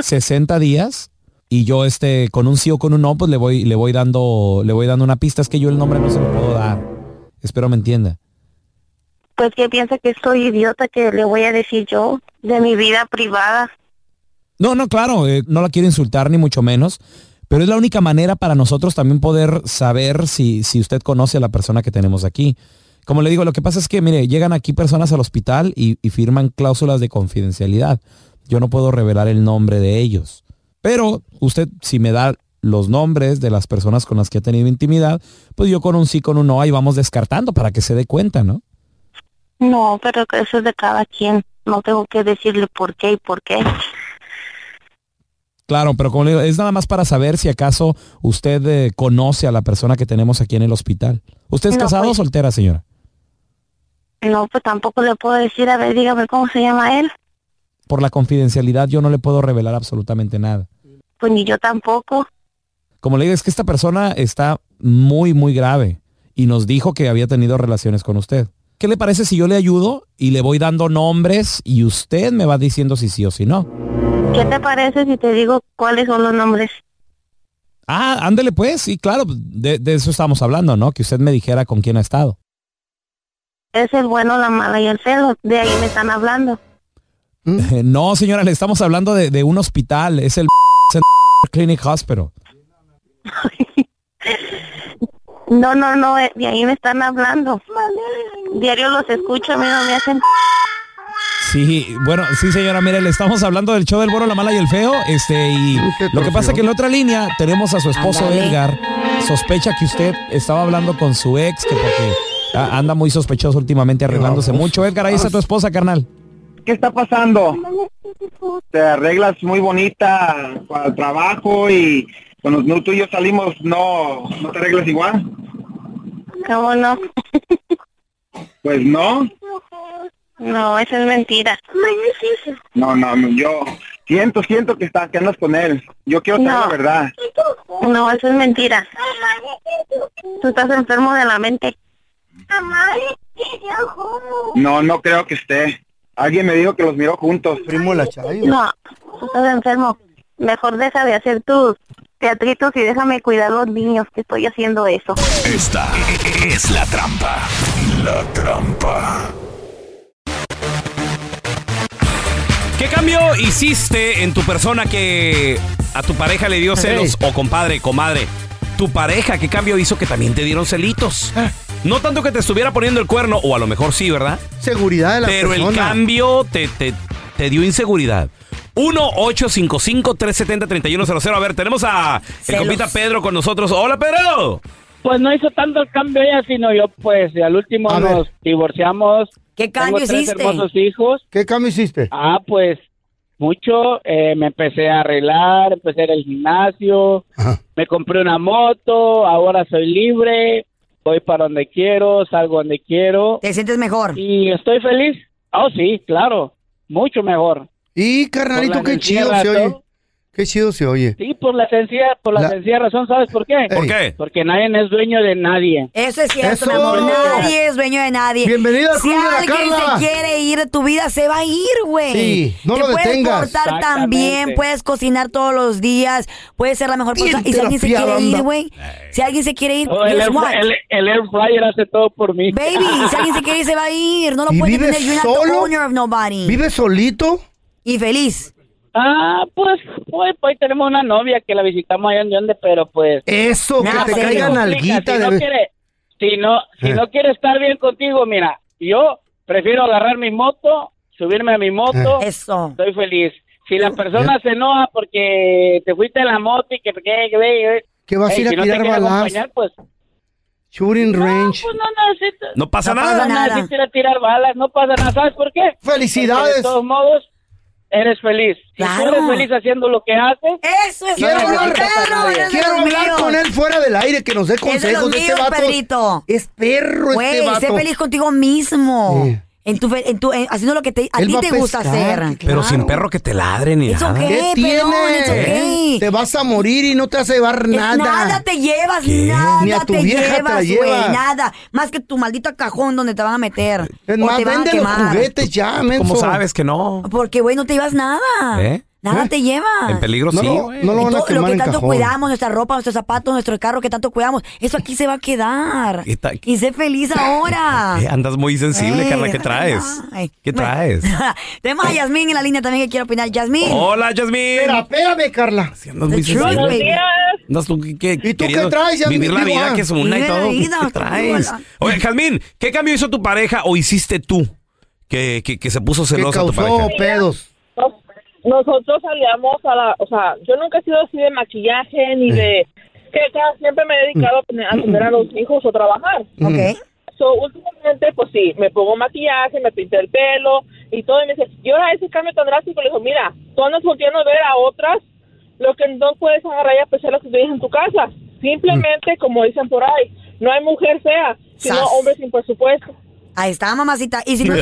60 días y yo este con un sí o con un no pues le voy le voy dando le voy dando una pista, es que yo el nombre no se lo puedo dar. Espero me entienda. Pues que piensa que soy idiota que le voy a decir yo de mi vida privada. No, no, claro, eh, no la quiero insultar ni mucho menos, pero es la única manera para nosotros también poder saber si, si usted conoce a la persona que tenemos aquí. Como le digo, lo que pasa es que, mire, llegan aquí personas al hospital y, y firman cláusulas de confidencialidad. Yo no puedo revelar el nombre de ellos. Pero usted, si me da los nombres de las personas con las que ha tenido intimidad, pues yo con un sí, con un no, ahí vamos descartando para que se dé cuenta, ¿no? No, pero que eso es de cada quien. No tengo que decirle por qué y por qué. Claro, pero como le digo, es nada más para saber si acaso usted eh, conoce a la persona que tenemos aquí en el hospital. ¿Usted es No, casado o pues- soltera, señora? No, pues tampoco le puedo decir, a ver, dígame cómo se llama él. Por la confidencialidad yo no le puedo revelar absolutamente nada. Pues ni yo tampoco. Como le digo, es que esta persona está muy, muy grave y nos dijo que había tenido relaciones con usted. ¿Qué le parece si yo le ayudo y le voy dando nombres y usted me va diciendo si sí o si no? ¿Qué te parece si te digo cuáles son los nombres? Ah, ándele pues, sí, claro, de, de eso estamos hablando, ¿no? Que usted me dijera con quién ha estado. Es el bueno, la mala y el feo. De ahí me están hablando. Eh, no, señora, le estamos hablando de, de un hospital, es el Clinic Hospital. No, no, no, eh, de ahí me están hablando. Diario los escucho, a mí no me hacen... Sí, bueno, sí señora, mire, le estamos hablando del show del Boro, la mala y el feo, este, y lo que pasa es que en la otra línea tenemos a su esposo Ándale. Edgar, sospecha que usted estaba hablando con su ex, que porque ah, anda muy sospechoso últimamente, arreglándose mucho. Edgar, ahí está tu esposa, carnal. ¿Qué está pasando? Te arreglas muy bonita para el trabajo y cuando no- tú y yo salimos, no, no te arreglas igual. ¿Cómo no? Pues no, No, eso es mentira. no, no, no, yo siento, siento que estás, que andas con él. Yo quiero saber No. la verdad. No, eso es mentira. Tú estás enfermo de la mente. No, no creo que esté. Alguien me dijo que los miró juntos. Primo la No, tú estás enfermo. Mejor deja de hacer tus teatritos y déjame cuidar los niños que estoy haciendo eso. Esta es la trampa. La trampa. ¿Qué cambio hiciste en tu persona que a tu pareja le dio celos? O compadre, comadre. Tu pareja, ¿qué cambio hizo que también te dieron celitos? Ah. No tanto que te estuviera poniendo el cuerno, o a lo mejor sí, ¿verdad? Seguridad de la Pero el persona. cambio te, te- te dio inseguridad. 1-855-370-3100. A ver, tenemos a el Celos. compita Pedro con nosotros. ¡Hola, Pedro! Pues no hizo tanto el cambio ella, sino yo, pues, y al último A ver. nos divorciamos. ¿Qué Tengo cambio tres hiciste? hermosos hijos. ¿Qué cambio hiciste? Ah, pues, mucho. Eh, me empecé a arreglar, empecé a ir al gimnasio, me compré una moto, ahora soy libre, voy para donde quiero, salgo donde quiero. ¿Te sientes mejor? Y estoy feliz. Oh, sí, claro, mucho mejor. Y, Carnalito, qué chido se oye. Qué chido se oye. Sí, por la sencilla, por la, La- sencilla razón, ¿sabes por qué? ¿Por qué? Porque nadie es dueño de nadie. Eso es cierto, Eso. mi amor. Nadie es dueño de nadie. Bienvenida al Si Club de la alguien Carla. se quiere ir de tu vida, se va a ir, güey. Sí, no Te lo puedes detengas. portar tan bien, Exactamente. puedes cocinar todos los días, puedes ser la mejor Bien persona. Y si alguien se terapia, quiere banda. ir, güey, si alguien se quiere ir, Oh, el, guess air, what? el- el air fryer hace todo por mí. Baby, si alguien se quiere ir, se va a ir. No lo ¿Y puedes vives tener. You're not the solo? owner of nobody. ¿Vive solito? Y feliz. Ah, pues, pues, pues, tenemos una novia que la visitamos allá en donde, pero pues... Eso, que te caigan caigan alguita Si de no, vez- quiere, si, no, si Eh. no quiere estar bien contigo, mira, yo prefiero agarrar mi moto, subirme a mi moto. Eh. Eso. Estoy feliz. Si la persona se enoja porque te fuiste en la moto y que... que, que, que- Que vas a Ey, ir a si no te tirar quiere balas. acompañar, pues, Shooting range. pues no necesito. No pasa No nada. pasa nada. No necesito ir a tirar balas, no pasa nada. ¿Sabes por qué? Felicidades. Porque de todos modos, eres feliz. Si tú Claro. eres feliz haciendo lo que haces. Eso es Quiero hablar, quiero hablar con él fuera del aire, que nos dé Es de los consejos de este míos, vato. Pedrito. Es perro Güey, este sé vato. feliz contigo mismo. En tu, fe- en tu, en- haciendo lo que te, a Él ti va a te gusta pescar, hacer. Pero sin perro que te ladre ni It's nada. okay, eh, ¿Qué pelón, tiene? it's okay. Te vas a morir y no te vas a llevar nada. Nada te llevas, ¿Qué? nada Ni a tu te vieja te llevas, la güey, llevas. nada. Más que tu maldito cajón donde te van a meter. Es o más, te van a vende los quemar. juguetes ya, menso. ¿Cómo sabes que no? Porque, güey, no te llevas nada. ¿Eh? Nada ¿Eh? te llevas. En peligro sí, güey. Y todo que tanto cuidamos, nuestra ropa, nuestros zapatos, nuestro carro que tanto cuidamos, eso aquí se va a quedar. Y ta- Y sé feliz ahora. Eh, Andas muy sensible, Ah. Eh, Carla. ¿Qué traes? Ay, ¿Qué bueno. traes? Tenemos a Yasmín en la línea también que quiero opinar. Yasmín. Hola, Yasmín. Espera, espérame, Carla. Andas muy truth, baby. sensible. Andas tú que, que- tú qué queriendo traes, Yasmín? Vivir la Digo, vida ah, que es una y vivir la todo. vida, ¿Qué traes? hola. Oye, Jazmín, ¿qué cambio hizo tu pareja o hiciste tú que, que, que se puso celosa tu pareja? Este, pedos? Nosotros salíamos a la, o sea, yo nunca he sido así de maquillaje ni de que acá siempre me he dedicado a tener- a atender a los hijos o trabajar. Mm. Ok. So, últimamente, pues sí, me pongo maquillaje, me pinté el pelo y todo. Y me dice, ¿y ahora ese cambio tan drástico? Le dijo, mira, tú andas volteando a ver a otras lo que no puedes agarrar y apreciar lo que tienes en tu casa. Simplemente, como dicen por ahí, no hay mujer fea, sino Sas. hombre sin presupuesto. Ahí está, mamacita. Y si, no-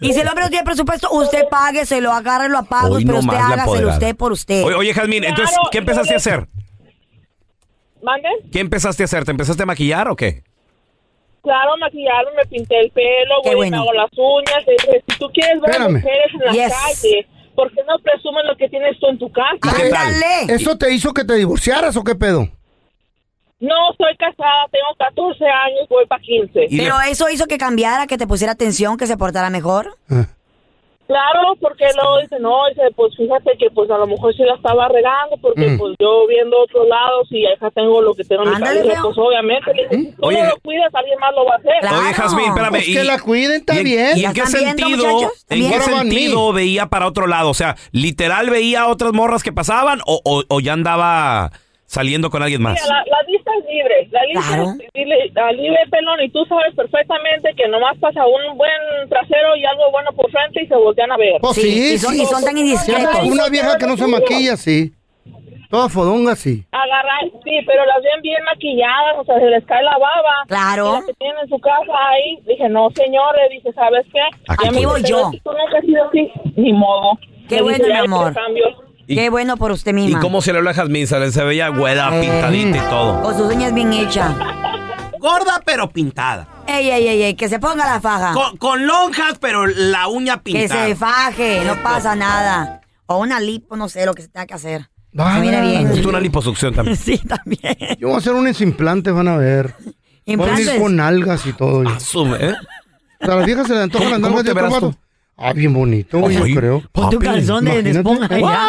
y si el hombre no tiene presupuesto, usted pague, se lo agarre, lo apago, Hoy pero usted nomás la hágaselo apoderada. usted por usted. Oye, oye, Jazmín, entonces, Claro, ¿qué empezaste a hacer? ¿Manden? ¿Qué empezaste a hacer? ¿Te empezaste a maquillar o qué? Claro, maquillarme, me pinté el pelo, Qué güey, me bueno. hago las uñas. te dije, si tú quieres ver a Espérame. mujeres en la Yes. calle, ¿por qué no presumen lo que tienes tú en tu casa? ¿Eso te hizo que te divorciaras o qué pedo? No, pues, soy casada, tengo 14 años, voy para 15. Pero eso hizo que cambiara, que te pusiera atención, que se portara mejor. Ah. Claro, porque luego dice, no, dice, pues fíjate que pues a lo mejor sí la estaba regando, porque Mm. pues yo viendo otros lados y acá tengo lo que tengo en mi Ándale, casa, feo. pues obviamente, le dije, si tú Oye, no lo cuidas, alguien más lo va a hacer. Oye, Jazmín, espérame. Pues y- que la cuiden, está y en- bien. ¿Y ¿La en qué están viendo, sentido, muchachos? en qué What about me? sentido veía para otro lado? O sea, ¿literal veía a otras morras que pasaban o, o- o ya andaba saliendo con alguien más? Mira, la, la lista es libre, la lista es libre, la libre, pelón, y tú sabes perfectamente que nomás pasa un buen trasero y algo bueno por frente y se voltean a ver. Pues sí, sí. Si andas con una vieja que no se maquilla, sí. Toda fodonga, sí. Agarrar, sí, pero las ven bien maquilladas, o sea, se les cae la baba. Claro. Y las que tienen en su casa ahí, dije, no, señores, dice, ¿sabes qué? Aquí Ya me voy dice, yo. "Tú nunca has sido así, ni modo. Qué Le bueno, dije, mi "Ya hay amor. cambios". Qué bueno por usted misma. se le habla a Jazmín? Se, le- se veía güera, Eh. pintadita y todo. Con sus uñas bien hechas. Gorda pero pintada. Ey, ey, ey, ey, que se ponga la faja. lonjas pero la uña Ah. que se faje, no pasa nada. O una lipo, no sé lo que se tenga que hacer. Ah, Se mira bien. Justo una liposucción también. Sí, también. Yo voy a hacer unos implantes, van a ver. Van a ¿Implantes? ir con algas y todo. yo. Asume, ¿eh? O sea, a las viejas se le antojan ¿Cómo- las cómo nalgas de te otro verás tú? vato. Ah, bien bonito, güey, yo Ay, creo. pon tu Papi, calzón de imagínate. esponja ya.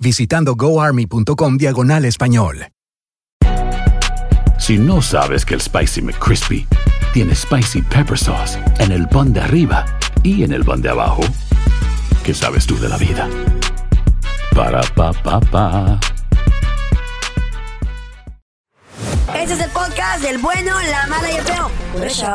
Visitando goarmy.com diagonal español. Si no sabes que el Spicy McCrispy tiene Spicy Pepper Sauce en el pan de arriba y en el pan de abajo, ¿qué sabes tú de la vida? Para, pa, pa, pa. Ese es el podcast del bueno, la mala y el feo. Por eso.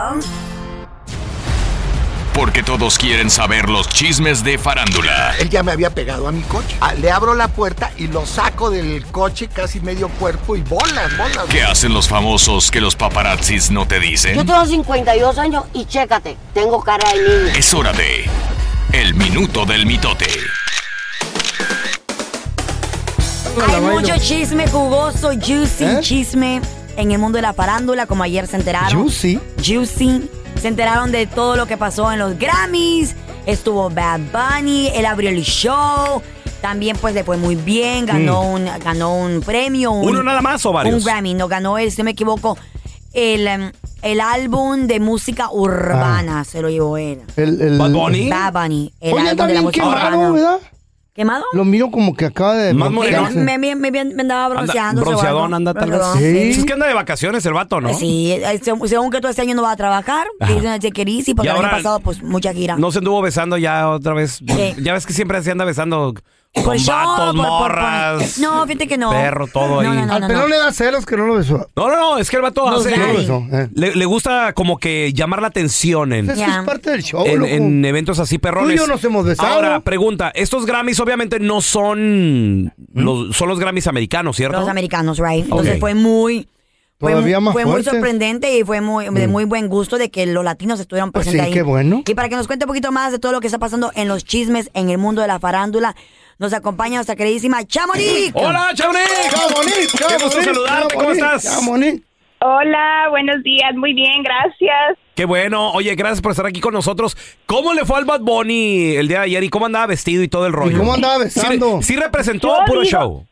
Porque todos quieren saber los chismes de farándula. Él ya me había pegado a mi coche. Ah, Le abro la puerta y lo saco del coche casi medio cuerpo y bolas, bolas. ¿Qué hacen los famosos que los paparazzis no te Yo dicen? tengo 52 años y chécate, tengo cara de niño. Es hora de El Minuto del Mitote. Hay mucho chisme jugoso, juicy ¿Eh? chisme en el mundo de la farándula, como ayer se enteraron. Juicy. Juicy. Se enteraron de todo lo que pasó en los Grammys, Estuvo Bad Bunny, él abrió el show. También pues le fue muy bien, ganó, Mm. un, ganó un premio. un- ¿Uno nada más o varios? Un Grammy, no ganó él, si no me equivoco, el, em, el álbum de música urbana, se lo llevó él. El, el- ¿Bad Bunny? Bad Bunny, el Ah. álbum Oye, anda de la bien música quemado, urbana. ¿verdad? ¿Quemado? Lo miro como que acaba de... Más moreno. Me, me, me, me andaba bronceando. bronceadón, anda tal vez. Es que anda de vacaciones el vato, ¿no? Sí, eh, según según que todo este año no va a trabajar, que Ajá. hizo una chequeriza y porque Y el año ahora- pasado pues mucha gira. No se anduvo besando ya otra vez. Sí. Ya ves que siempre se anda besando con Por show, por- por- vatos, por- morras. No, fíjate que no. Perro, todo ahí. Al pelón le da celos que no lo besó. No, no, no, es que el vato Los hace. daddy. No, Le, le gusta como que llamar la atención en, Es que es parte del show, en, loco. en eventos así perrones. Tú y yo nos hemos besado. Ahora, pregunta, estos Grammys obviamente no ¿Mm? son los, son los Grammys americanos, ¿cierto? Los americanos, right? Entonces Ok. fue muy... Fue, Todavía mu- más fue muy fuertes. Mm. sorprendente y fue muy, de muy buen gusto de que los latinos Ah, estuvieran Pues sí, presentes ahí. qué bueno. Y para que nos cuente un poquito más de todo lo que está pasando en los chismes, en el mundo de la farándula, nos acompaña nuestra queridísima Chamonix. ¡Hola, Chamonix! ¡Chamonix, Qué gusto Chamonix, saludarte, ¿cómo Chamonix, estás? Chamonix. Hola, buenos días, muy bien, gracias. Qué bueno. Oye, gracias por estar aquí con nosotros. ¿Cómo le fue al Bad Bunny el día de ayer y cómo andaba vestido y todo el rollo? cómo andaba besando? Sí, sí representó Yo puro digo- show.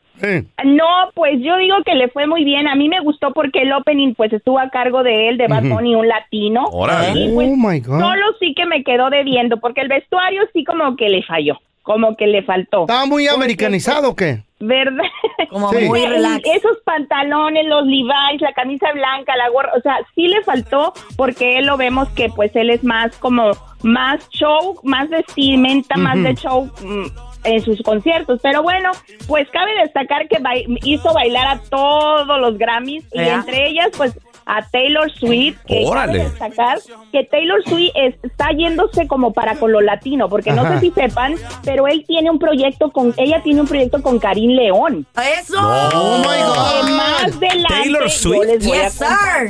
No, pues yo digo que le fue muy bien. A mí me gustó porque el opening pues estuvo a cargo de él, de Bad Ujú. Bunny, un latino. Órale. Y, pues, Oh, my God. Solo sí que me quedó debiendo porque el vestuario sí como que le falló, como que le faltó. ¿Estaba muy americanizado o qué? ¿Verdad? Como Sí. muy relax. Esos pantalones, los Levi's, la camisa blanca, la gorra, o sea, sí le faltó porque él lo vemos que pues él es más como más show, más vestimenta, más Ujú. de show mm, en sus conciertos, pero bueno, pues cabe destacar que bai- hizo bailar a todos los Grammys y ¿Eh? entre ellas pues a Taylor Swift, que cabe Órale. destacar que Taylor Swift es- está yéndose como para con lo latino, porque no Ajá. sé si sepan, pero él tiene un proyecto con, ella tiene un proyecto con Karim León. ¡Eso! ¡Oh, my God! Más adelante, Taylor yo Swift. les voy a Yes, sir. contar.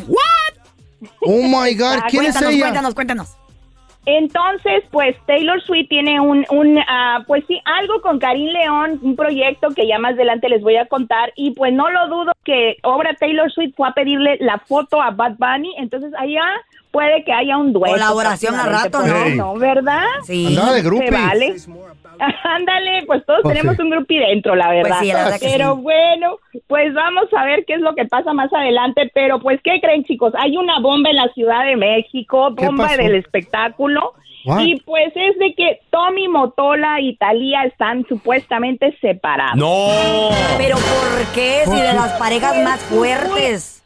Oh, my God. Ah, ¿Quién es cuéntanos, ella? cuéntanos, cuéntanos. Entonces, pues Taylor Swift tiene un, un ah, pues sí, algo con Karim León, un proyecto que ya más adelante les voy a contar y pues no lo dudo que obra Taylor Swift fue a pedirle la foto a Bad Bunny, entonces allá puede que haya un duelo. Colaboración a rato, ¿no? ¿no? ¿Verdad? Sí. Andaba de groupie. Se vale. Ándale, pues todos Pues tenemos sí. un grupi dentro, la verdad. Pues sí, la verdad que pero sí. bueno, pues vamos a ver qué es lo que pasa más adelante. Pero pues, ¿qué creen, chicos? Hay una bomba en la Ciudad de México, ¿Qué bomba pasó? del espectáculo. What? Y pues es de que Tommy Motola y Talía están supuestamente separados. ¡No! Pero ¿por qué? Si de las parejas más fuertes.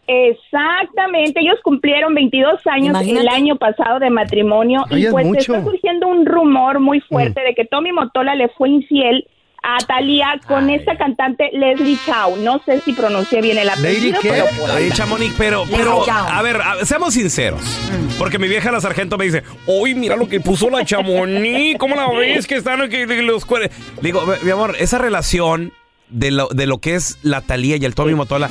Exactamente, ellos cumplieron 22 años Imagínate. el año pasado de matrimonio Ay, y es pues mucho. está surgiendo un rumor muy fuerte de que Tommy Motola le fue infiel a Thalía con esta cantante Leslie Chow. No sé si pronuncié bien el apellido, pero pues, Oye, Chamonix, pero, Le pero, fallado. a ver, a- seamos sinceros. Mm. Porque mi vieja la sargento me dice, uy, mira lo que puso la Chamonix, ¿cómo la ves? Que están aquí los cuernos. Le digo, "Ve- mi amor, esa relación de lo, de lo que es la Talía y el Tommy Motola,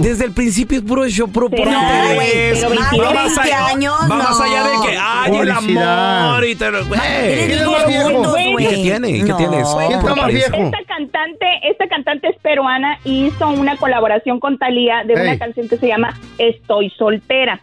desde el principio es puro show, puro puro Ay, güey, interés. pero Va 20 más allá- años, va más no. allá de que, ay, el Publicidad. amor y te lo... tiene Hey. ¿Quién es más viejo? viejo? ¿Y qué tiene? ¿Y qué No. tienes? Esta cantante, esta cantante es peruana y hizo una colaboración con Thalía de Ey. una canción que se llama Estoy soltera.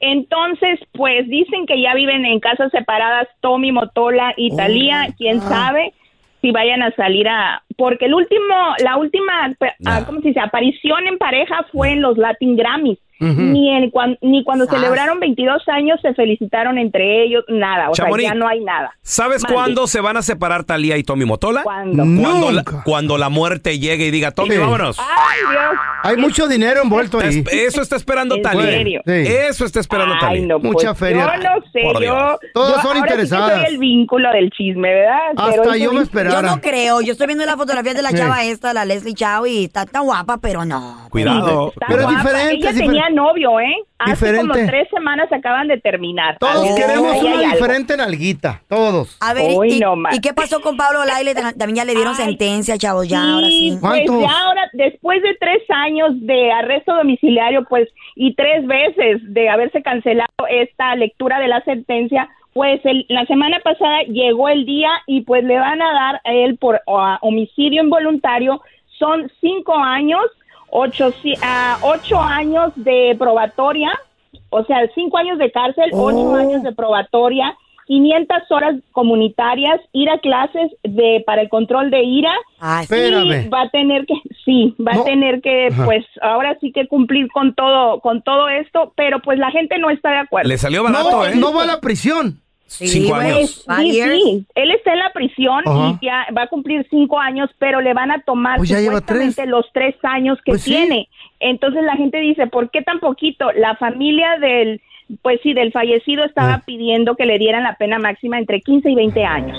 Entonces, pues dicen que ya viven en casas separadas Tommy Motola y Oh, Thalía, my quién God. sabe si vayan a salir a porque el último la última pe- ah, ¿cómo se dice? aparición en pareja fue en los Latin Grammys. Ujú. Ni en cuan- ni cuando Sas. celebraron 22 años se felicitaron entre ellos, nada, o Chamonix, sea, ya no hay nada. ¿Sabes Mande. cuándo se van a separar Talía y Tommy Motola? ¿Cuándo? Cuando, la, cuando la muerte llegue y diga, Tommy, Sí. vámonos. Ay, Dios. Hay mucho dinero envuelto Está ahí. esp- Eso está esperando ¿En Talía. serio? Sí. Eso está esperando Ay, Talía. no, pues, Mucha feria. Yo no sé, Por yo. Dios. Todas yo son ahora sí que interesadas. soy el vínculo del chisme, ¿verdad? Pero eso dice- Yo no creo. Yo estoy viendo las fotografías de la Sí. chava esta, la Leslie Chao, y está tan guapa, pero no. Cuidado. Está Pero es guapa. diferente, Ella es difer- tenía novio, ¿eh? Hace como Diferente. tres semanas acaban de terminar. Todos Así que queremos ahí hay una algo. diferente nalguita. Todos. A ver, Hoy y, no más. ¿y qué pasó con Pablo Laile? También ya le dieron sentencia, chavos, ya, ahora sí. Pues ya ahora, después de tres años de arresto domiciliario, pues, y tres veces de haberse cancelado esta lectura de la sentencia, pues el- la semana pasada llegó el día y pues le van a dar a él por a, homicidio involuntario, son cinco años, ocho, ci- ah, ocho años Oh. de probatoria, o sea, cinco años de cárcel, ocho años de probatoria, 500 horas comunitarias, ir a clases de para el control de ira. Ah, y espérame. va a tener que, sí, va a tener que, Ajá. pues, ahora sí que cumplir con todo, con todo esto, pero pues la gente no está de acuerdo. Le salió barato, No, ¿eh? no va a la prisión. Sí, Cinco güey. años. Sí, sí. Él está en la prisión Ajá. y ya va a cumplir cinco años, pero le van a tomar Pues ya lleva supuestamente los tres años que Pues sí. tiene. Entonces la gente dice, ¿por qué tan poquito? La familia del, pues sí, del fallecido estaba Eh. pidiendo que le dieran la pena máxima entre 15 y 20 años.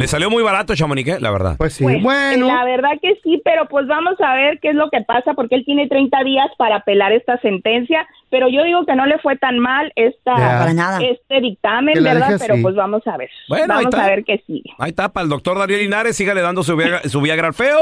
Le salió muy barato, Chamonix, ¿eh? la verdad. Pues sí. Pues, La verdad que sí, pero pues vamos a ver qué es lo que pasa, porque él tiene 30 días para apelar esta sentencia, pero yo digo que no le fue tan mal esta, Ya. Para nada. este dictamen, Que la ¿verdad? deje Pero así. pues vamos a ver. Bueno, ahí vamos está. a ver qué sigue. Ahí está, para el doctor Daniel Linares, sígale dando su Viagra, su Viagra al feo.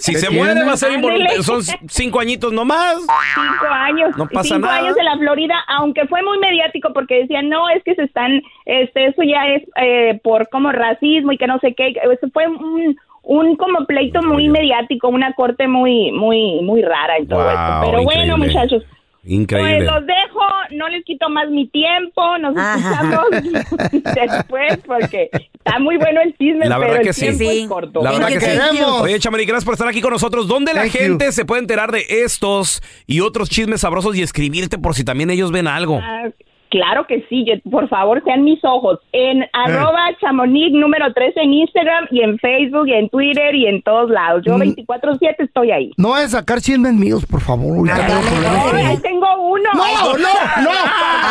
Si ¿Qué se tiene? muere, va a ser involuntario. Ándele. Son cinco añitos nomás. Cinco años. No pasa cinco nada. años en la Florida, aunque fue muy mediático porque decían, no, es que se están, este, eso ya es eh, por como racismo y que no sé qué. Eso fue un, un como pleito muy mediático, una corte muy, muy, muy rara en todo Wow, esto. Pero bueno, increíble. muchachos. Increíble. Pues los dejo, no les quito más mi tiempo, nos escuchamos después porque está muy bueno el chisme, La verdad pero que el sí. tiempo es corto. La verdad que sí. Oye, Chamonix, gracias por estar aquí con nosotros. ¿Dónde la Thank gente se puede enterar de estos y otros chismes sabrosos y escribirte por si también ellos ven algo? Ah, Claro que sí, yo- por favor, sean mis ojos. Eh. En arroba chamonix número 3 en Instagram y en Facebook y en Twitter y en todos lados. Yo 24-7 estoy ahí. No es sacar chismes míos, por favor. ahorita tengo problemas Ay, con ahí ellos. tengo uno. No, no, no.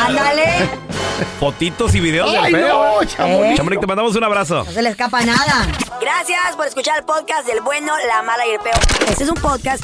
Ándale. Fotitos y videos del Ay, feo. no, Chamonix. Chamonix, Eh. te mandamos un abrazo. No se le escapa nada. Gracias por escuchar el podcast del bueno, la mala y el peor. Este es un podcast